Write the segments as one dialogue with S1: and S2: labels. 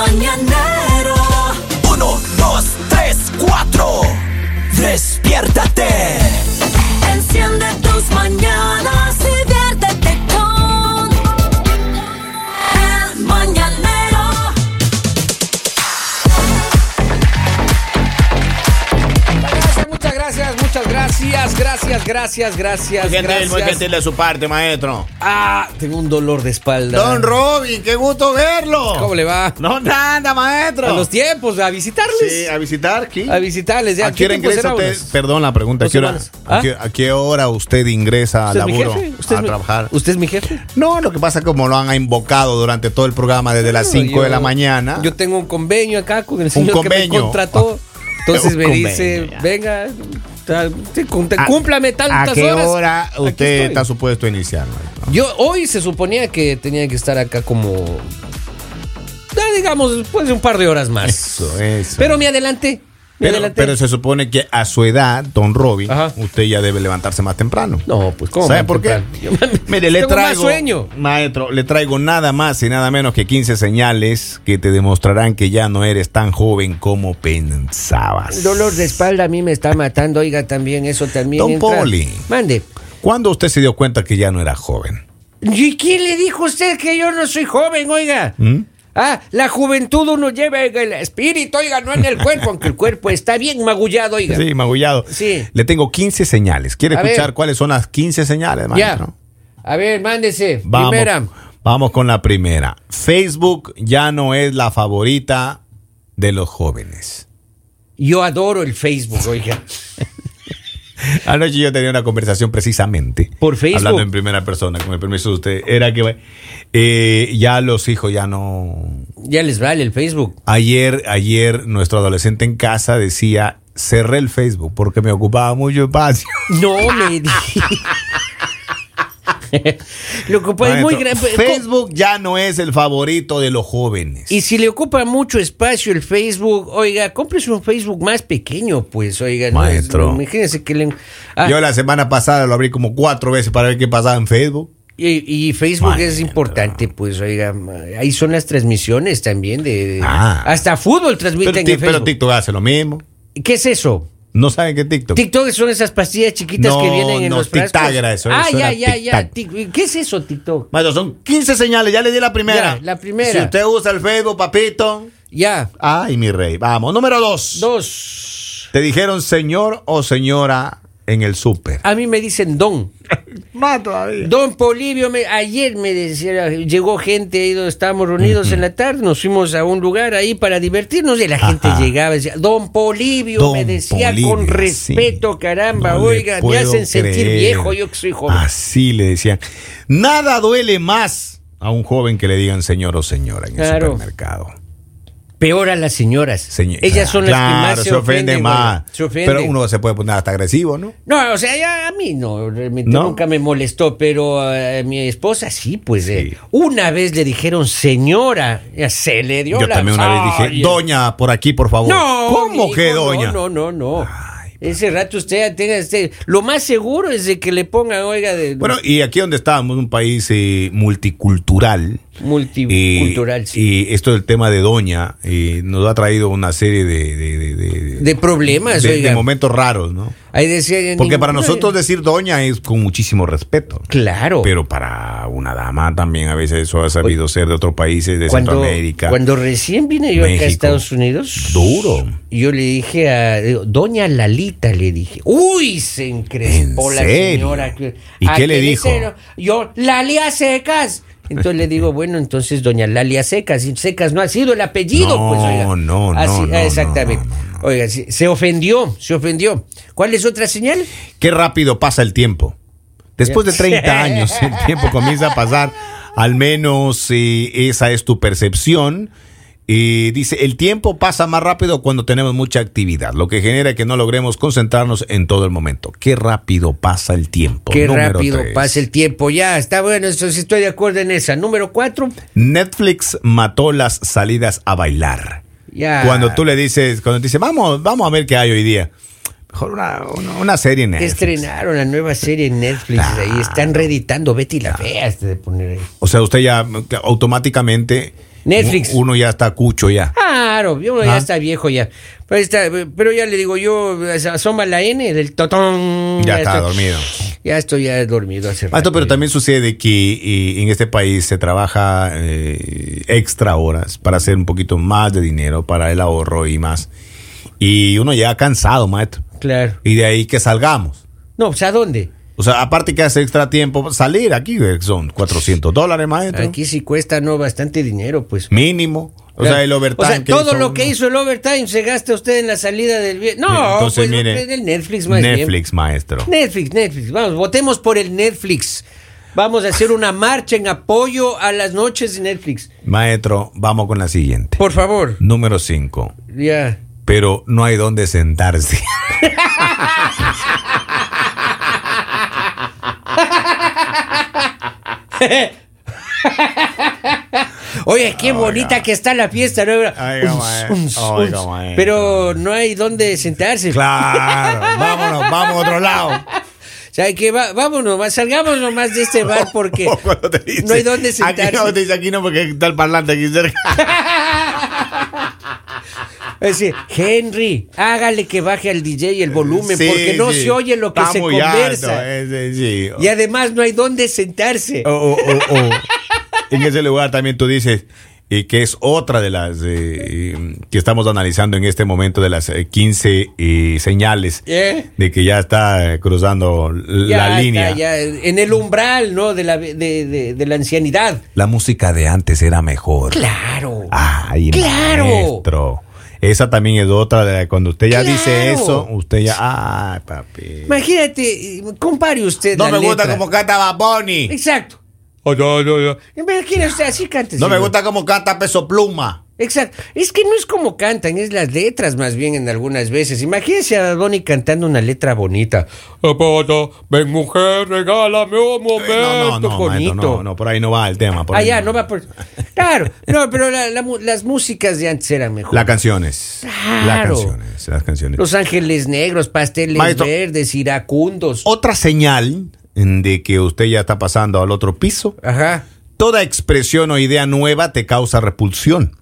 S1: mañanero. Uno, dos, tres, cuatro. Despiértate. Enciende tus mañanas y viértete con el mañanero.
S2: Muchas gracias, muchas gracias, gracias, gracias, gracias,
S3: Muy gentil, muy
S2: gracias.
S3: gentil de su parte, maestro.
S2: Ah, tengo un dolor de espalda.
S3: Don Robin, qué gusto verlo.
S2: ¿Cómo le va?
S3: No, nada, maestro.
S2: A los tiempos, a visitarles.
S3: sí, a visitar aquí.
S2: A visitarles. Ya,
S3: ¿A qué hora
S2: tiempos
S3: ingresa
S2: eran?
S3: usted? Perdón la pregunta. ¿A
S2: Dos
S3: qué hora,
S2: semanas. ¿Ah?
S3: a qué- a qué hora usted ingresa al
S2: ¿Usted es mi
S3: laburo
S2: jefe? ¿Usted
S3: a
S2: es mi-
S3: trabajar?
S2: ¿Usted es mi jefe?
S3: No, lo que pasa es que como lo han invocado durante todo el programa desde las
S2: Bueno,
S3: 5 de
S2: yo-
S3: la mañana.
S2: Yo tengo un convenio acá con el señor que me
S3: convenio. Ah,
S2: contrató. Entonces
S3: Un
S2: me
S3: convenio,
S2: dice,
S3: ya.
S2: venga, ta- te- cum- te-
S3: Ah, ¿A-
S2: cúmplame tantas
S3: ¿A qué
S2: horas.
S3: hora
S2: Aquí
S3: usted
S2: estoy.
S3: está supuesto a iniciar? maestro?
S2: Yo hoy se suponía que tenía que estar acá como. ya digamos, después de un par de horas más.
S3: Eso, eso.
S2: Pero me adelanté. Me
S3: Pero,
S2: adelanté.
S3: pero se supone que a su edad, don Robin,
S2: Ajá.
S3: usted ya debe levantarse más temprano.
S2: No, pues cómo.
S3: ¿Sabe
S2: me
S3: por qué?
S2: temprano? Yo-
S3: Mire, le
S2: tengo
S3: traigo.
S2: más sueño.
S3: Maestro, le traigo nada más y nada menos que 15 señales que te demostrarán que ya no eres tan joven como pensabas.
S2: El dolor de espalda a mí me está matando. Oiga, también eso también.
S3: Don
S2: entra.
S3: Poli.
S2: Mande.
S3: ¿Cuándo usted se dio cuenta que ya no era joven?
S2: ¿Y quién le dijo a usted que yo no soy joven, oiga?
S3: ¿Mm?
S2: Ah, la juventud uno lleva en el espíritu, oiga, no en el cuerpo, aunque el cuerpo está bien magullado, oiga.
S3: Sí, magullado.
S2: Sí.
S3: Le tengo 15 señales. ¿Quiere
S2: A
S3: escuchar
S2: ver.
S3: cuáles son las 15 señales,
S2: ya.
S3: maestro?
S2: A ver, mándese.
S3: Vamos.
S2: Primera.
S3: Vamos con la primera. Facebook ya no es la favorita de los jóvenes.
S2: Yo adoro el Facebook, oiga.
S3: Anoche yo tenía una conversación precisamente.
S2: Por Facebook.
S3: Hablando en primera persona, con el permiso de usted. Era que eh, ya los hijos ya no.
S2: Ya les vale el Facebook.
S3: Ayer, ayer, nuestro adolescente en casa decía: cerré el Facebook porque me ocupaba mucho espacio.
S2: No me di. Lo que puede Pues muy gran-
S3: Maestro, Facebook ya no es el favorito de los jóvenes.
S2: Y si le ocupa mucho espacio el Facebook, oiga, cómprese un Facebook más pequeño, pues, oiga. no es-
S3: Maestro.
S2: imagínese que le. Ah,
S3: Yo la semana pasada lo abrí como cuatro veces para ver qué pasaba en Facebook.
S2: Y, y Facebook es
S3: Maestro.
S2: importante, pues, oiga, ma- ahí son las transmisiones también de... de-
S3: Ah.
S2: Hasta fútbol
S3: Pero,
S2: transmiten
S3: ti-
S2: en
S3: pero
S2: Facebook.
S3: TikTok hace lo mismo.
S2: ¿Qué es eso?
S3: No saben qué TikTok.
S2: TikTok son esas pastillas chiquitas
S3: No,
S2: que vienen en
S3: no,
S2: los frascos.
S3: Tic-Tac era eso,
S2: Ah,
S3: eso
S2: ya,
S3: era
S2: ya, ya.
S3: Tic-Tac.
S2: Tic- ¿Qué es eso, TikTok?
S3: Maestro, son 15 señales. Ya le di la primera.
S2: Ya, la primera.
S3: Si usted usa el Facebook, papito.
S2: Ya,
S3: Ay, mi rey. Vamos. Número dos.
S2: dos.
S3: Te dijeron señor o señora en el súper.
S2: A mí me dicen don.
S3: Más todavía.
S2: Don Polivio, me- ayer me decía, llegó gente ahí donde estábamos reunidos en la tarde, nos fuimos a un lugar ahí para divertirnos y la gente
S3: Ajá.
S2: llegaba y decía, Don Polivio,
S3: Don
S2: me decía con
S3: Polibio,
S2: respeto,
S3: sí.
S2: caramba,
S3: No le
S2: oiga, me
S3: puedo
S2: hacen sentir
S3: creer. Ah,
S2: viejo, yo que soy joven.
S3: Así le decían. Nada duele más a un joven que le digan señor o señora en el
S2: Claro.
S3: supermercado.
S2: Peor a las señoras.
S3: Señor-
S2: Ellas son las que
S3: Claro,
S2: más se, ofenden.
S3: más.
S2: oiga, se ofenden.
S3: Pero uno se puede poner hasta agresivo, ¿no?
S2: No, o sea, ya a mí no, realmente
S3: ¿No?
S2: nunca me molestó, pero eh, a mi esposa sí, pues eh,
S3: Sí.
S2: una vez le dijeron señora, ya se le dio
S3: Yo
S2: la...
S3: también una vez
S2: Ay,
S3: dije, doña, por aquí, por favor.
S2: No,
S3: ¿Cómo
S2: mijo,
S3: que
S2: no,
S3: doña?
S2: No, no, no. Ese rato usted ya tenga este. Lo más seguro es de que le pongan, oiga, de
S3: Bueno, y aquí donde estábamos, un país eh, multicultural. eh,
S2: multicultural. sí.
S3: Y esto del tema de Doña eh, nos ha traído una serie de, de, de- de-
S2: de problemas,
S3: de-
S2: oiga.
S3: de momentos raros, ¿no?
S2: Ahí decía.
S3: Porque
S2: ningún-
S3: para nosotros decir Doña es con muchísimo respeto.
S2: Claro.
S3: Pero para una dama también a veces eso ha sabido ser de otros países, de
S2: cuando,
S3: Centroamérica.
S2: cuando recién vine yo acá a
S3: México.
S2: Estados Unidos.
S3: Duro.
S2: Yo le dije a digo, Doña Lalita, le dije. Uy, se encrespó
S3: ¿En
S2: la
S3: serio?
S2: señora. que-
S3: ¿Y
S2: ¿A
S3: qué le
S2: quién
S3: dijo?
S2: cero? Yo, Lali a secas. Entonces le digo, bueno, entonces Doña Lali a secas. Y secas no ha sido el apellido,
S3: No,
S2: pues. Oiga.
S3: no, no,
S2: Así-
S3: no,
S2: ah, Exactamente.
S3: no, no,
S2: Oiga, sí, se ofendió, se ofendió. ¿Cuál es otra señal?
S3: Qué rápido pasa el tiempo. Después de 30 años, el tiempo comienza a pasar. Al menos eh, esa es tu percepción. Y dice, el tiempo pasa más rápido cuando tenemos mucha actividad, lo que genera que no logremos concentrarnos en todo el momento. Qué rápido pasa el tiempo.
S2: Qué
S3: Número
S2: rápido
S3: tres.
S2: pasa el tiempo. Ya, está bueno, eso sí estoy de acuerdo en esa. Número cuatro.
S3: Netflix mató las salidas a bailar.
S2: Ya.
S3: Cuando tú le dices, cuando te dice, vamos, vamos a ver qué hay hoy día. Mejor una, una- una serie en Netflix.
S2: Estrenaron la nueva serie en Netflix. Ahí están reeditando Betty la Fea. este de poner ahí.
S3: O sea, usted ya automáticamente
S2: Netflix.
S3: Uno ya está cucho ya.
S2: Claro, yo ya
S3: Ah.
S2: está viejo ya. Pero, está- pero ya le digo yo, asoma la N del totón.
S3: Ya está
S2: estoy-
S3: dormido.
S2: Ya estoy ya dormido hace
S3: Maestro,
S2: rato
S3: pero
S2: ya.
S3: también sucede que y, en este país se trabaja eh, extra horas para hacer un poquito más de dinero, para el ahorro y más. Y uno ya cansado, maestro.
S2: Claro.
S3: Y de ahí que salgamos.
S2: No, pues ¿a dónde?
S3: O sea, aparte que hace extra tiempo, salir aquí eh, son 400 dólares, maestro.
S2: Aquí sí cuesta, no, bastante dinero, pues.
S3: Mínimo. O sea, el overtime.
S2: O sea,
S3: que
S2: todo
S3: hizo
S2: lo
S3: uno.
S2: que hizo el overtime se gasta usted en la salida del bien. No,
S3: Entonces,
S2: pues,
S3: mire.
S2: en el Netflix más bien.
S3: Netflix, maestro.
S2: Netflix, Netflix. Vamos, votemos por el Netflix. Vamos a hacer una marcha en apoyo a las noches de Netflix.
S3: Maestro, vamos con la siguiente.
S2: Por favor.
S3: Número 5.
S2: Ya.
S3: Pero no hay dónde sentarse.
S2: Oye, qué bonita que está la fiesta, ¿no?
S3: Oiga, maestro.
S2: Uns, uns,
S3: Oiga,
S2: uns.
S3: maestro.
S2: Pero no hay dónde sentarse.
S3: Claro, vámonos, vamos a otro lado.
S2: O sea, que va- vámonos, nomás, salgamos nomás de este bar porque
S3: O cuando te dice,
S2: no hay dónde
S3: Aquí no, te
S2: sentarse.
S3: dice aquí no porque está el parlante aquí cerca.
S2: Es decir, Henry, hágale que baje al DJ el volumen
S3: Sí,
S2: porque no
S3: sí.
S2: se oye lo que
S3: Está
S2: se
S3: muy alto, eh.
S2: conversa.
S3: ese, sí.
S2: Y además no hay dónde sentarse.
S3: O- o- o- o- en ese lugar también tú dices, y que es otra de las eh, eh, que estamos analizando en este momento de las eh, 15 eh, señales
S2: ¿Eh?
S3: de que ya está eh, cruzando l-
S2: Ya
S3: la
S2: está,
S3: línea.
S2: ya, en el umbral, ¿no? De la, de, de- de la ancianidad. Ah.
S3: La música de antes era mejor.
S2: Claro.
S3: Ay,
S2: Claro.
S3: maestro. Esa también es otra de la- cuando usted ya
S2: Claro.
S3: dice eso, usted ya, ay, papi.
S2: Imagínate, eh, compare usted.
S3: No
S2: la
S3: me gusta
S2: letra.
S3: como canta Baboni.
S2: Exacto. Imagina usted, así cante.
S3: No me
S2: señor.
S3: gusta como canta Peso Pluma.
S2: Exacto. Es que no es como cantan, es las letras más bien en algunas veces. Imagínense a Donny cantando una letra bonita. Apolo, Oh, Ven mujer, regálame un momento
S3: Eh, No, no, no,
S2: bonito.
S3: maestro, no, no, por ahí no va el tema. por
S2: Ah,
S3: ahí
S2: ya, no va por... Claro, no, pero la- la mu- las músicas de antes eran mejor.
S3: Las canciones. Las
S2: Claro.
S3: canciones, las canciones.
S2: Los Ángeles Negros, Pasteles
S3: Maestro.
S2: Verdes, Iracundos.
S3: Otra señal de que usted ya está pasando al otro piso,
S2: Ajá.
S3: toda expresión o idea nueva te causa repulsión.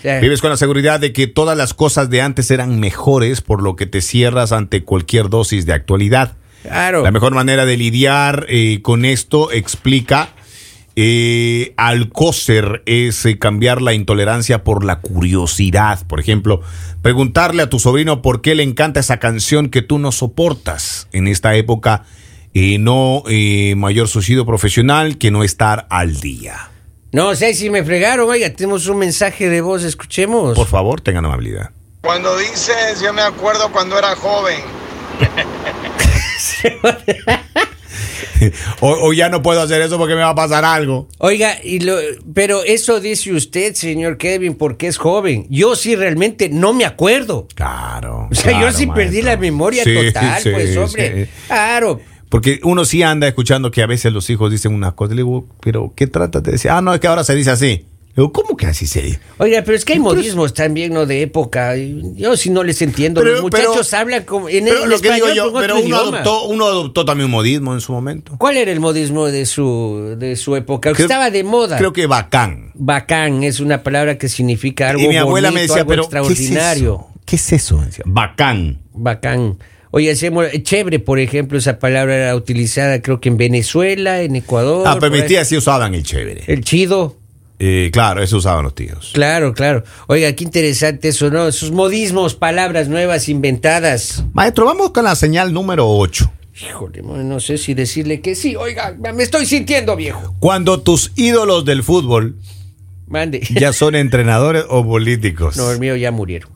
S2: O sea,
S3: Vives con la seguridad de que todas las cosas de antes eran mejores, por lo que te cierras ante cualquier dosis de actualidad.
S2: claro.
S3: La mejor manera de lidiar eh, con esto explica eh, Alcócer es eh, cambiar la intolerancia por la curiosidad. Por ejemplo, preguntarle a tu sobrino por qué le encanta esa canción que tú no soportas en esta época y no eh, mayor suicidio profesional que no estar al día.
S2: No sé si me fregaron, oiga, tenemos un mensaje de voz, escuchemos.
S3: Por favor, tengan amabilidad.
S4: Cuando dices, yo me acuerdo cuando era joven.
S3: O, o ya no puedo hacer eso porque me va a pasar algo.
S2: Oiga, y lo, pero eso dice usted, señor Kevin, porque es joven. Yo sí realmente no me acuerdo.
S3: Claro.
S2: O sea, yo
S3: claro,
S2: sí perdí
S3: maestro.
S2: la memoria
S3: Sí,
S2: total,
S3: sí,
S2: pues, hombre.
S3: sí.
S2: Claro.
S3: Porque uno sí anda escuchando que a veces los hijos dicen unas cosas. Le digo, ¿pero qué tratas de decir? Ah, no, es que ahora se dice así. Le digo, ¿cómo que así se dice?
S2: Oiga, pero es que hay modismos también, ¿no? De época. Y Yo sí no les entiendo.
S3: Pero-
S2: Los muchachos
S3: pero-
S2: hablan como, en,
S3: pero
S2: en
S3: lo que digo
S2: español
S3: yo,
S2: con
S3: pero
S2: otro
S3: uno
S2: idioma.
S3: adoptó, uno adoptó también un modismo en su momento.
S2: ¿Cuál era el modismo de su, de su época?
S3: Creo-
S2: Estaba de moda.
S3: Creo que bacán.
S2: Bacán es una palabra que significa algo
S3: y mi abuela
S2: bonito,
S3: me decía,
S2: algo
S3: pero ¿qué es
S2: extraordinario.
S3: eso? ¿Qué es eso? Decía, bacán.
S2: Bacán. Oye, hacemos, eh, chévere, por ejemplo, esa palabra era utilizada creo que en Venezuela, en Ecuador.
S3: Ah,
S2: por
S3: pero mis
S2: ahí.
S3: tías sí usaban el chévere.
S2: El chido.
S3: Eh, claro, eso usaban los tíos.
S2: Claro, claro. Oiga, qué interesante eso, ¿no? Sus modismos, palabras nuevas inventadas.
S3: Maestro, vamos con la señal número 8.
S2: Híjole, mo- no sé si decirle que sí. Oiga, me estoy sintiendo viejo.
S3: Cuando tus ídolos del fútbol
S2: Mande.
S3: ya son entrenadores o políticos.
S2: No, el mío ya murieron.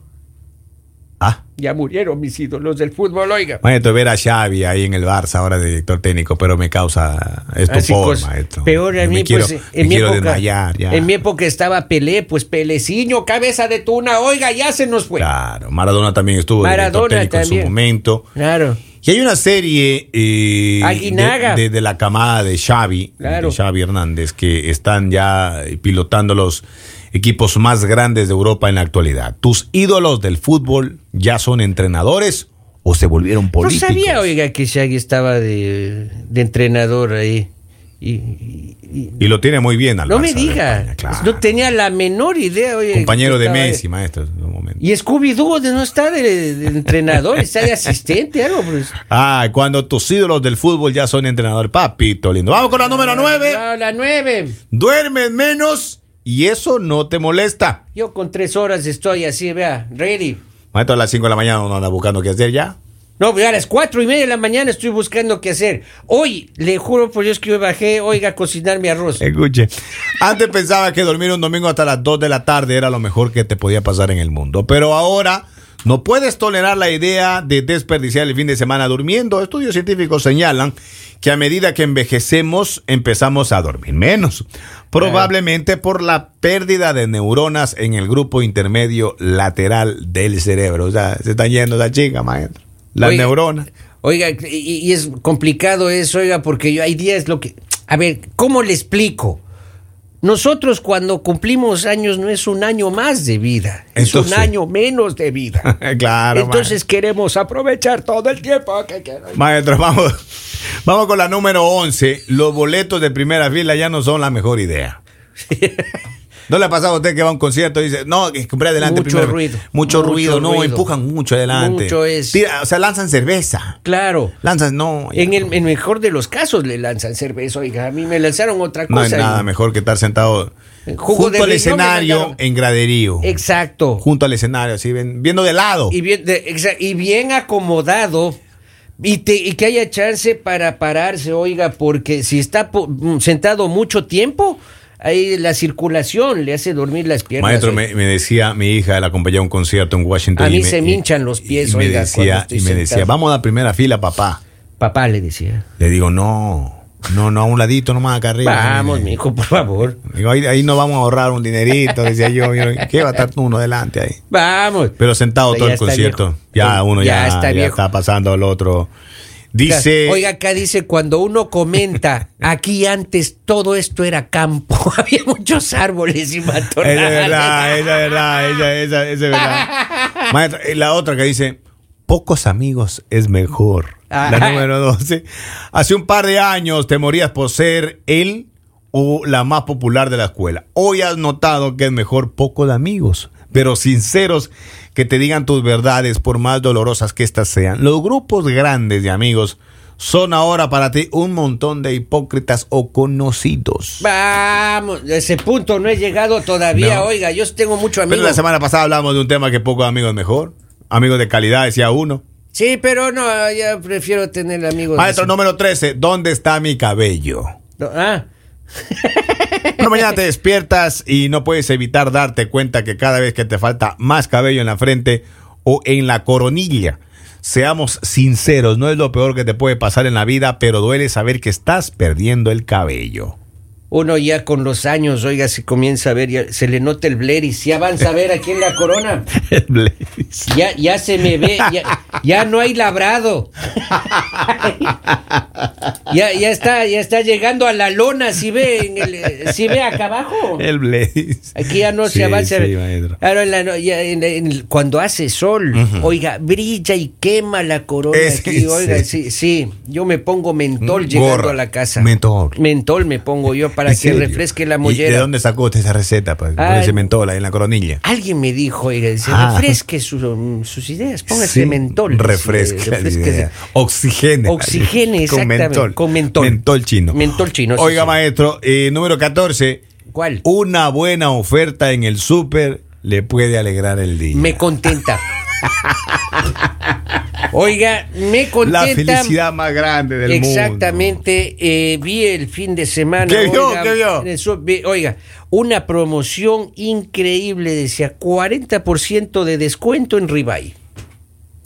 S3: Ah,
S2: Ya murieron mis ídolos del fútbol, oiga.
S3: maestro, ver a Xavi ahí en el Barça ahora de director técnico, pero me causa
S2: Así
S3: estupor,
S2: cosa-
S3: maestro.
S2: Ah, pues, Peor a
S3: Yo
S2: mí,
S3: me quiero,
S2: pues,
S3: me quiero desmayar ya.
S2: en mi época estaba Pelé, pues Peleciño, cabeza de tuna, oiga, ya se nos fue.
S3: Claro, Maradona también estuvo de
S2: Maradona
S3: director técnico en
S2: también.
S3: su momento.
S2: Claro.
S3: Y hay una serie eh,
S2: Aguinaga.
S3: de, de- de la camada de Xavi,
S2: Claro.
S3: de Xavi Hernández, que están ya eh, pilotando los equipos más grandes de Europa en la actualidad. ¿Tus ídolos del fútbol ya son entrenadores o se volvieron políticos?
S2: No sabía, oiga, que Shaggy estaba de, de entrenador ahí. Y, y- y-
S3: Y lo tiene muy bien al
S2: no me
S3: Barça de
S2: diga. Pues,
S3: España, claro.
S2: No tenía la menor idea. oye,
S3: Compañero
S2: que
S3: de
S2: estaba-
S3: Messi, maestro. en un momento.
S2: Y Scooby-Doo de- no está de, de entrenador, está de asistente, algo. Pues.
S3: Ah, cuando tus ídolos del fútbol ya son entrenador, papito lindo. Vamos con la número 9.
S2: La, la nueve.
S3: Duermes menos y eso no te molesta.
S2: Yo con tres horas estoy así, vea, ready.
S3: Maestro, a las 5 de la mañana uno anda buscando qué hacer ya.
S2: No, pues a las cuatro y media de la mañana estoy buscando qué hacer. Hoy, le juro por Dios que yo bajé, oiga, a cocinar mi arroz.
S3: Escuche. Antes pensaba que dormir un domingo hasta las 2 de la tarde era lo mejor que te podía pasar en el mundo. Pero ahora no puedes tolerar la idea de desperdiciar el fin de semana durmiendo. Estudios científicos señalan que a medida que envejecemos empezamos a dormir menos. Probablemente por la pérdida de neuronas en el grupo intermedio lateral del cerebro. O sea, se están yendo esa chica, maestro. Las
S2: Oiga,
S3: neuronas.
S2: Oiga, y, y es complicado eso, oiga, porque yo hay días lo que... A ver, ¿cómo le explico? Nosotros cuando cumplimos años no es un año más de vida, es
S3: Entonces-
S2: un año menos de vida.
S3: claro. maestro.
S2: Entonces queremos aprovechar todo el tiempo que queramos.
S3: Maestro, vamos, vamos con la número 11. Los boletos de primera fila ya no son la mejor idea. ¿No le ha pasado a usted que va a un concierto y dice, no, que compré adelante
S2: Mucho
S3: primero?
S2: ruido.
S3: Mucho,
S2: Mucho
S3: ruido, no,
S2: ruido.
S3: empujan mucho adelante.
S2: Mucho es.
S3: Tira- o sea, lanzan cerveza.
S2: Claro.
S3: Lanzan, no. ya
S2: En el,
S3: no.
S2: en mejor de los casos le lanzan cerveza, oiga, a mí me lanzaron otra
S3: No hay
S2: cosa.
S3: nada mejor que estar sentado
S2: El jugo de
S3: junto al
S2: riñón me
S3: escenario
S2: mandaron.
S3: en graderío.
S2: Exacto.
S3: Junto al escenario, así, ven- viendo de lado.
S2: Y bien, de- exa- y bien acomodado. Y, te- y que haya chance para pararse, oiga, porque si está po- mm, sentado mucho tiempo, ahí la circulación le hace dormir las piernas.
S3: Maestro,
S2: oiga.
S3: me, me decía, mi hija la acompañó a un concierto en Washington.
S2: A mí
S3: y me-
S2: se me hinchan los pies,
S3: y me
S2: oiga, cuando
S3: decía,
S2: estoy
S3: Y me decía,
S2: sentado.
S3: vamos a la primera fila, papá.
S2: Papá le decía.
S3: Le digo, no, no, no, a un ladito nomás acá arriba.
S2: Vamos,
S3: Mire.
S2: mijo, por favor.
S3: Digo, ahí, ahí no vamos a ahorrar un dinerito, decía yo. mira, ¿Qué va a estar uno delante ahí?
S2: Vamos.
S3: Pero sentado
S2: Ya
S3: todo el
S2: está
S3: concierto.
S2: viejo.
S3: Ya uno ya, ya
S2: está
S3: está,
S2: viejo.
S3: pasando al otro. Dice.
S2: Oiga, acá dice, cuando uno comenta, aquí antes todo esto era campo, había muchos árboles y
S3: Esa es
S2: matorrales.
S3: verdad, eh. esa es verdad, esa, esa- esa es verdad. Maestro, y la otra que dice, pocos amigos es mejor. La
S2: Ajá.
S3: número 12. Hace un par de años te morías por ser él o la más popular de la escuela. Hoy has notado que es mejor pocos amigos, pero sinceros que te digan tus verdades por más dolorosas que éstas sean. Los grupos grandes de amigos son ahora para ti un montón de hipócritas o conocidos.
S2: Vamos, a ese punto no he llegado todavía,
S3: No.
S2: oiga, yo tengo mucho
S3: Pero
S2: amigo.
S3: la semana pasada hablamos de un tema que pocos amigos es mejor. Amigos de calidad, decía uno.
S2: Sí, pero no, ya prefiero tener amigos.
S3: Maestro
S2: de-
S3: número 13, ¿dónde está mi cabello?
S2: No, ah,
S3: Bueno, mañana te despiertas y no puedes evitar darte cuenta que cada vez que te falta más cabello en la frente o en la coronilla. Seamos sinceros, no es lo peor que te puede pasar en la vida, pero duele saber que estás perdiendo el cabello.
S2: uno ya con los años, oiga, se comienza a ver, ya- se le nota el bleris, ya avanza a ver aquí en la corona. Ya, ya se me ve, ya, ya no hay labrado. ya, ya está, ya está llegando a la lona, si ve, en el, eh, si ve acá abajo.
S3: El blaze.
S2: Aquí ya no
S3: Sí,
S2: se avanza.
S3: sí, maestro.
S2: Ahora en la no- ya en- en- cuando hace sol, oiga, brilla y quema la corona
S3: Es-
S2: aquí, oiga,
S3: sí.
S2: sí. sí, yo me pongo mentol
S3: Mm,
S2: llegando
S3: gorra,
S2: a la casa.
S3: mentol.
S2: Mentol me pongo yo para
S3: ¿En
S2: que
S3: serio?
S2: refresque la
S3: ¿Y
S2: mollera.
S3: ¿De dónde sacó usted esa receta? Pues,
S2: Ah,
S3: ese mentol ahí en la coronilla.
S2: Alguien me dijo, oiga, dice,
S3: Ah.
S2: refresque su- mm, sus ideas, póngase
S3: Sí,
S2: mentol.
S3: Refresca.
S2: dice, refresque-
S3: Oxigena.
S2: Oxigene,
S3: Con
S2: exactamente,
S3: mentol.
S2: con mentol.
S3: chino.
S2: Mentol chino, sí,
S3: Oiga,
S2: sí.
S3: maestro, eh, número 14.
S2: ¿Cuál?
S3: Una buena oferta en el súper le puede alegrar el día.
S2: Me contenta. Oiga, me contenta.
S3: La felicidad más grande del mundo.
S2: Exactamente, eh, vi el fin de semana.
S3: ¿Qué vio? ¿Qué vio?
S2: en el so- vi- oiga, una promoción increíble, decía, 40% de descuento en Ribay.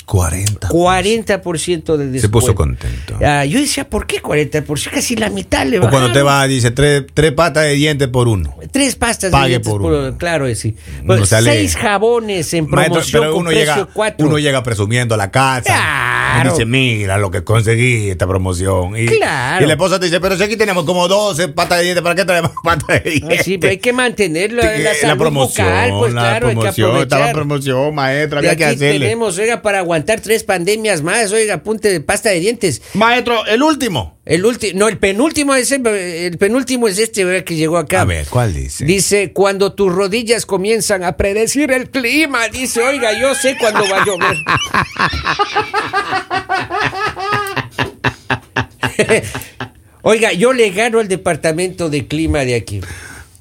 S3: 40.
S2: 40% de descuento.
S3: Se puso contento.
S2: Ah, yo decía, ¿por qué 40%? Casi la mitad le
S3: O cuando te
S2: bajaron.
S3: va, dice tres, tres patas de diente por uno.
S2: Tres pastas
S3: Pague
S2: dientes
S3: por uno.
S2: Claro, es sí.
S3: Uno
S2: Bueno,
S3: sale-
S2: seis jabones en promoción
S3: Maestro, pero
S2: con
S3: uno
S2: precio
S3: llega,
S2: cuatro.
S3: uno llega presumiendo a la casa.
S2: Claro.
S3: Y dice, mira lo que conseguí esta promoción. Y,
S2: Claro.
S3: y la esposa te dice, pero si aquí tenemos como 12 patas de diente, ¿para qué traemos patas de diente?
S2: Ah, sí, pero hay que mantenerlo. La,
S3: Eh,
S2: salud bucal, pues,
S3: la
S2: claro, hay que
S3: promoción, estaba en
S2: aprovechar.
S3: promoción, maestra,
S2: De
S3: había que
S2: aquí
S3: hacerle.
S2: tenemos, oiga, para aguantar tres pandemias más, oiga, apunte de pasta de dientes.
S3: Maestro, el último.
S2: El último, no, el penúltimo es el, el penúltimo es este ¿verdad? que llegó acá.
S3: A ver, ¿cuál dice?
S2: Dice, cuando tus rodillas comienzan a predecir el clima, dice, oiga, yo sé cuándo va a llover. oiga, yo le gano al departamento de clima de aquí.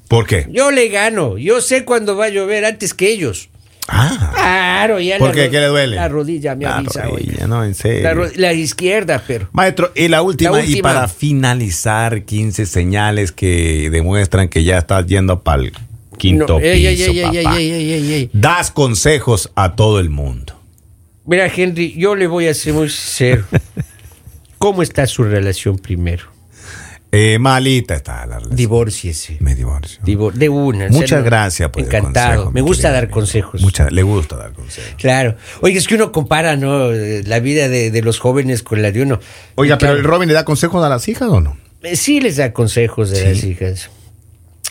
S3: ¿Por qué?
S2: Yo le gano, yo sé cuándo va a llover antes que ellos.
S3: Ah,
S2: Claro, ya
S3: ¿por
S2: la
S3: qué?
S2: ro-
S3: ¿Qué le duele?
S2: La rodilla me
S3: La
S2: avisa, oiga.
S3: rodilla, no, en serio.
S2: La, ro- la izquierda, pero.
S3: Maestro, y la última,
S2: La última.
S3: y para finalizar, 15 señales que demuestran que ya estás yendo para el quinto
S2: No, ey, ey,
S3: piso,
S2: ey, ey,
S3: papá.
S2: ey, ey, ey, ey.
S3: Das consejos a todo el mundo.
S2: Mira, Henry, yo le voy a ser muy sincero. ¿Cómo está su relación primero?
S3: Eh, malita está la relación.
S2: Divórciese.
S3: Me divorcio.
S2: Divor- de una. en
S3: Muchas
S2: serio.
S3: gracias por el
S2: Encantado.
S3: consejo,
S2: Me
S3: mi
S2: gusta
S3: querido
S2: dar
S3: amigo.
S2: consejos.
S3: Muchas, le gusta dar consejos.
S2: Claro. Oiga, es que uno compara, ¿no? Eh, La vida de, de los jóvenes con la de uno.
S3: Oiga, pero
S2: Claro.
S3: el Robin le da consejos a las hijas o no?
S2: Eh, Sí les da consejos de
S3: Sí.
S2: las hijas.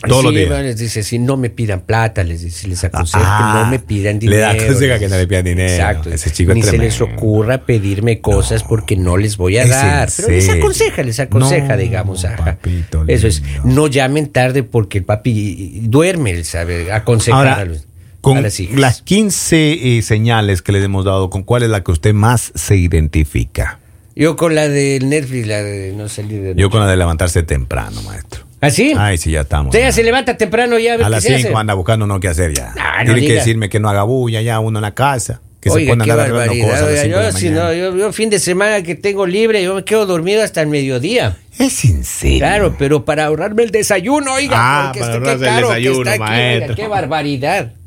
S3: Todos
S2: Sí,
S3: los días.
S2: van, les dice, si no me pidan plata, les dice, les aconsejo
S3: Ah,
S2: que no me pidan
S3: le
S2: dinero.
S3: da aconseja que no le pidan dinero.
S2: Exacto.
S3: Ese chico es
S2: Ni se les
S3: tremendo.
S2: ocurra pedirme cosas
S3: No,
S2: porque no les voy a
S3: es en
S2: dar. Pero les
S3: serio.
S2: aconseja, les aconseja,
S3: No,
S2: digamos. ajá.
S3: papito
S2: Eso es.
S3: lindo.
S2: No llamen tarde porque el papi duerme, ¿sabe? Aconsejar a,
S3: Ahora,
S2: los- a
S3: con
S2: las hijas.
S3: las 15 eh, señales que les hemos dado, ¿con cuál es la que usted más se identifica?
S2: Yo con la de Netflix, la de no salir de
S3: Yo con la de levantarse temprano, maestro.
S2: ¿Así?
S3: Ay, sí, ya estamos.
S2: Usted ya se levanta temprano ya a ver
S3: a
S2: qué
S3: las
S2: se hace.
S3: 5 anda buscando no qué hacer ya.
S2: Ah, no
S3: Tiene que
S2: diga.
S3: decirme que no haga bulla ya uno en la casa. Que se
S2: Oiga,
S3: pone a
S2: qué
S3: andar arreglando
S2: barbaridad.
S3: cosas a
S2: oiga,
S3: las cinco de
S2: yo,
S3: la
S2: si
S3: mañana.
S2: no, yo, yo fin de semana que tengo libre, yo me quedo dormido hasta el mediodía.
S3: Es sincero.
S2: Claro, pero para ahorrarme el desayuno, oiga,
S3: Ah,
S2: porque este-
S3: para
S2: qué
S3: ahorrarse el
S2: caro que
S3: desayuno,
S2: está aquí, oiga,
S3: maestro.
S2: qué barbaridad.